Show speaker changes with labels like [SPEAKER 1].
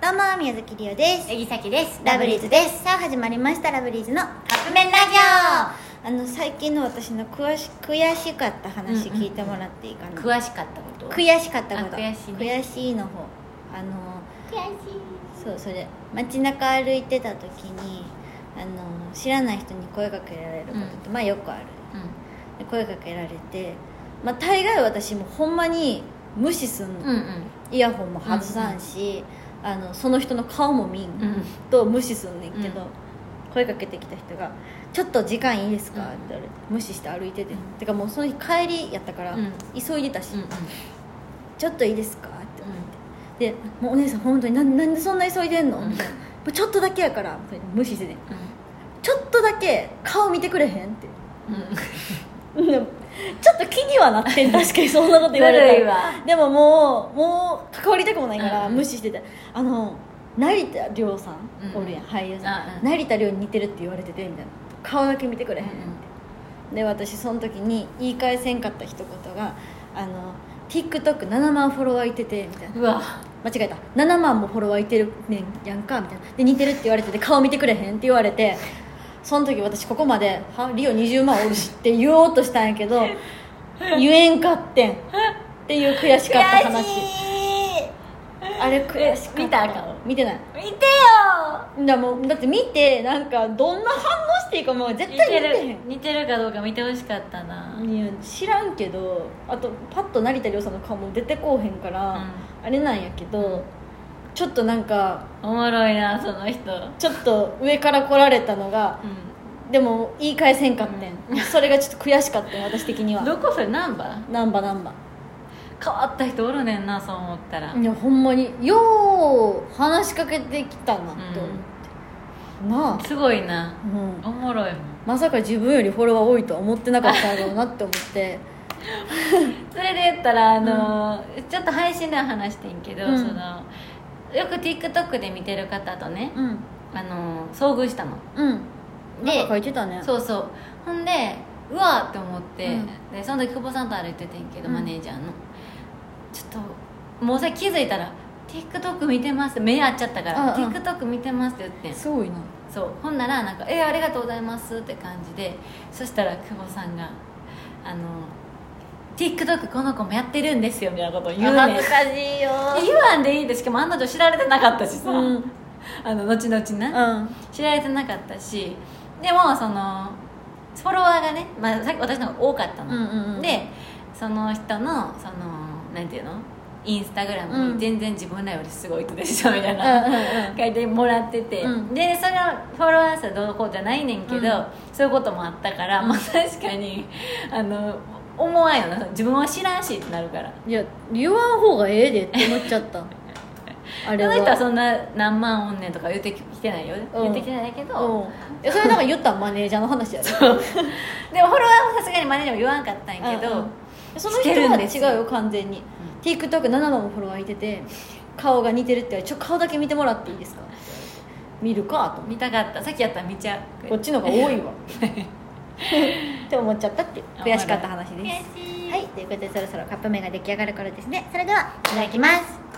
[SPEAKER 1] どうも宮崎りおです
[SPEAKER 2] えぎさきです
[SPEAKER 1] ラブリーズですさあ始まりましたラブリーズの
[SPEAKER 2] カップ麺ラジ
[SPEAKER 1] あの最近の私の悔し悔しかった話聞いてもらっていいかな、
[SPEAKER 2] オ詳しかったこと
[SPEAKER 1] 悔しかったこと
[SPEAKER 2] あ悔しいね
[SPEAKER 1] 悔しいの方あの
[SPEAKER 2] しい
[SPEAKER 1] そうそれ街中歩いてた時にあの知らない人に声かけられることって、まあよくあるで声かけられて、まあ、大概私もほんまに無視すんの、
[SPEAKER 2] うんうん
[SPEAKER 1] イヤホンも外さんし、あのその人の顔も見ん、
[SPEAKER 2] うん
[SPEAKER 1] と無視すんねんけど、
[SPEAKER 2] うん
[SPEAKER 1] 声かけてきた人が「ちょっと時間いいですか?」
[SPEAKER 2] うん
[SPEAKER 1] って言われて無視して歩いてて、
[SPEAKER 2] うん
[SPEAKER 1] てかもうその日帰りやったから、
[SPEAKER 2] うん
[SPEAKER 1] 急いでたし、
[SPEAKER 2] うんうん
[SPEAKER 1] ちょっといいですか?」ってで「もうお姉さん本当にななんでそんな急いでんの?」
[SPEAKER 2] うん
[SPEAKER 1] みたいなもうちょっとだけやから」みたいな無視してて「ちょっとだけ顔見てくれへん?」って
[SPEAKER 2] うんうん
[SPEAKER 1] でもちょっと気にはなってん確かにそんなこと言わ
[SPEAKER 2] ず
[SPEAKER 1] れ
[SPEAKER 2] るい
[SPEAKER 1] たら
[SPEAKER 2] わ
[SPEAKER 1] でももうもう関わりたくもないから
[SPEAKER 2] うん
[SPEAKER 1] 無視してて、あの成田凌さん、
[SPEAKER 2] うん
[SPEAKER 1] おるやん俳優さん、
[SPEAKER 2] あうん
[SPEAKER 1] 成田凌に似てるって言われててみたいな顔だけ見てくれへんって、で私その時に言い返せんかった一言があの TikTok7 万フォロワーいててみたいな
[SPEAKER 2] うわ
[SPEAKER 1] 間違えた7万もフォロワーいてるねんやんかみたいなで似てるって言われてて顔見てくれへんって言われてその時私ここまで「はリオ20万おるし」って言おうとしたんやけど言えんかってんっていう悔しかった
[SPEAKER 2] 悔
[SPEAKER 1] 話
[SPEAKER 2] しい
[SPEAKER 1] あれ悔しかった
[SPEAKER 2] え見たか
[SPEAKER 1] 見てない
[SPEAKER 2] 見てよ
[SPEAKER 1] だもうだって見てなんかどんな反応していいかもう絶対見てへん
[SPEAKER 2] 似てるかどうか見てほしかったない
[SPEAKER 1] や知らんけどあとパッと成田凌さんの顔も出てこうへんから、
[SPEAKER 2] うん
[SPEAKER 1] あれなんやけどちょっとなんか
[SPEAKER 2] おもろいなその人
[SPEAKER 1] ちょっと上から来られたのが
[SPEAKER 2] う
[SPEAKER 1] でも言い返せんかってん、それがちょっと悔しかったん私的に
[SPEAKER 2] ん
[SPEAKER 1] は
[SPEAKER 2] どこそれ何番
[SPEAKER 1] ナンバナンバ
[SPEAKER 2] 変わった人おるねんなそう思ったら
[SPEAKER 1] いやほんまによう話しかけてきたなって思って、なあ、
[SPEAKER 2] すごいな
[SPEAKER 1] うん、
[SPEAKER 2] おもろいもん
[SPEAKER 1] まさか自分よりフォロワー多いとは思ってなかったんだろうなって思って
[SPEAKER 2] それで言ったらあのー、ちょっと配信では話してんけど、
[SPEAKER 1] うん
[SPEAKER 2] そのよく TikTok で見てる方とね、
[SPEAKER 1] うん
[SPEAKER 2] あのー遭遇したの
[SPEAKER 1] うん
[SPEAKER 2] で
[SPEAKER 1] なんか書いてたね
[SPEAKER 2] そうそうほんでうわーって思って、
[SPEAKER 1] うん
[SPEAKER 2] でその時久保さんと歩いててんけど、
[SPEAKER 1] うん
[SPEAKER 2] マネージャーのちょっともうさ気づいたら TikTok 見てますって目合っちゃったから、
[SPEAKER 1] うんうん
[SPEAKER 2] TikTok 見てますって言ってん
[SPEAKER 1] すごいな
[SPEAKER 2] そうほんならなんか「えーありがとうございます」って感じでそしたら久保さんが「あの TikTok この子もやってるんですよ」みたいなことを言うねん
[SPEAKER 1] 恥ずかしいよ
[SPEAKER 2] 言わんでいいんですけど案の定知られてなかったしさ、
[SPEAKER 1] うん
[SPEAKER 2] あの後々
[SPEAKER 1] う
[SPEAKER 2] な、
[SPEAKER 1] ん
[SPEAKER 2] 知られてなかったしでもそのフォロワーがね、まあ、さっき私の方が多かったの、
[SPEAKER 1] うんうんうん
[SPEAKER 2] でその人のそのなんていうのインスタグラム
[SPEAKER 1] うん
[SPEAKER 2] に全然自分らよりすごい人でしたみたい
[SPEAKER 1] うん
[SPEAKER 2] な、
[SPEAKER 1] うん
[SPEAKER 2] 書いてもらってて、
[SPEAKER 1] うん
[SPEAKER 2] でそのフォロワー数どうこうじゃないねんけど、
[SPEAKER 1] うん
[SPEAKER 2] そういうこともあったから、まあ、確かにあの思わんよな自分は知らんしってなるから
[SPEAKER 1] うんいや言わん方がええでって思っちゃ ったあ
[SPEAKER 2] その人はそんな何万おんねんとか言ってきてないよ、
[SPEAKER 1] うん
[SPEAKER 2] 言ってきてないけど、
[SPEAKER 1] うんえそれなんか言ったんマネージャーの話やろ
[SPEAKER 2] でもフォロワーもさすがにマネージャーも言わんかったんやけど、
[SPEAKER 1] うんうんその
[SPEAKER 2] し
[SPEAKER 1] 人
[SPEAKER 2] てるん
[SPEAKER 1] は
[SPEAKER 2] です
[SPEAKER 1] 違
[SPEAKER 2] よ
[SPEAKER 1] うよ完全に TikTok7 万もフォロワーいてて顔が似てるって言われてちょ顔だけ見てもらっていいですかって言われて見るかと思っ
[SPEAKER 2] 見たかったさっきやったら見ちゃ
[SPEAKER 1] て
[SPEAKER 2] う
[SPEAKER 1] こっちの方が多いわって思っちゃったっていう悔しかった話です
[SPEAKER 2] 悔しい
[SPEAKER 1] はいということでそろそろカップ麺が出来上がる頃ですねそれではいただきます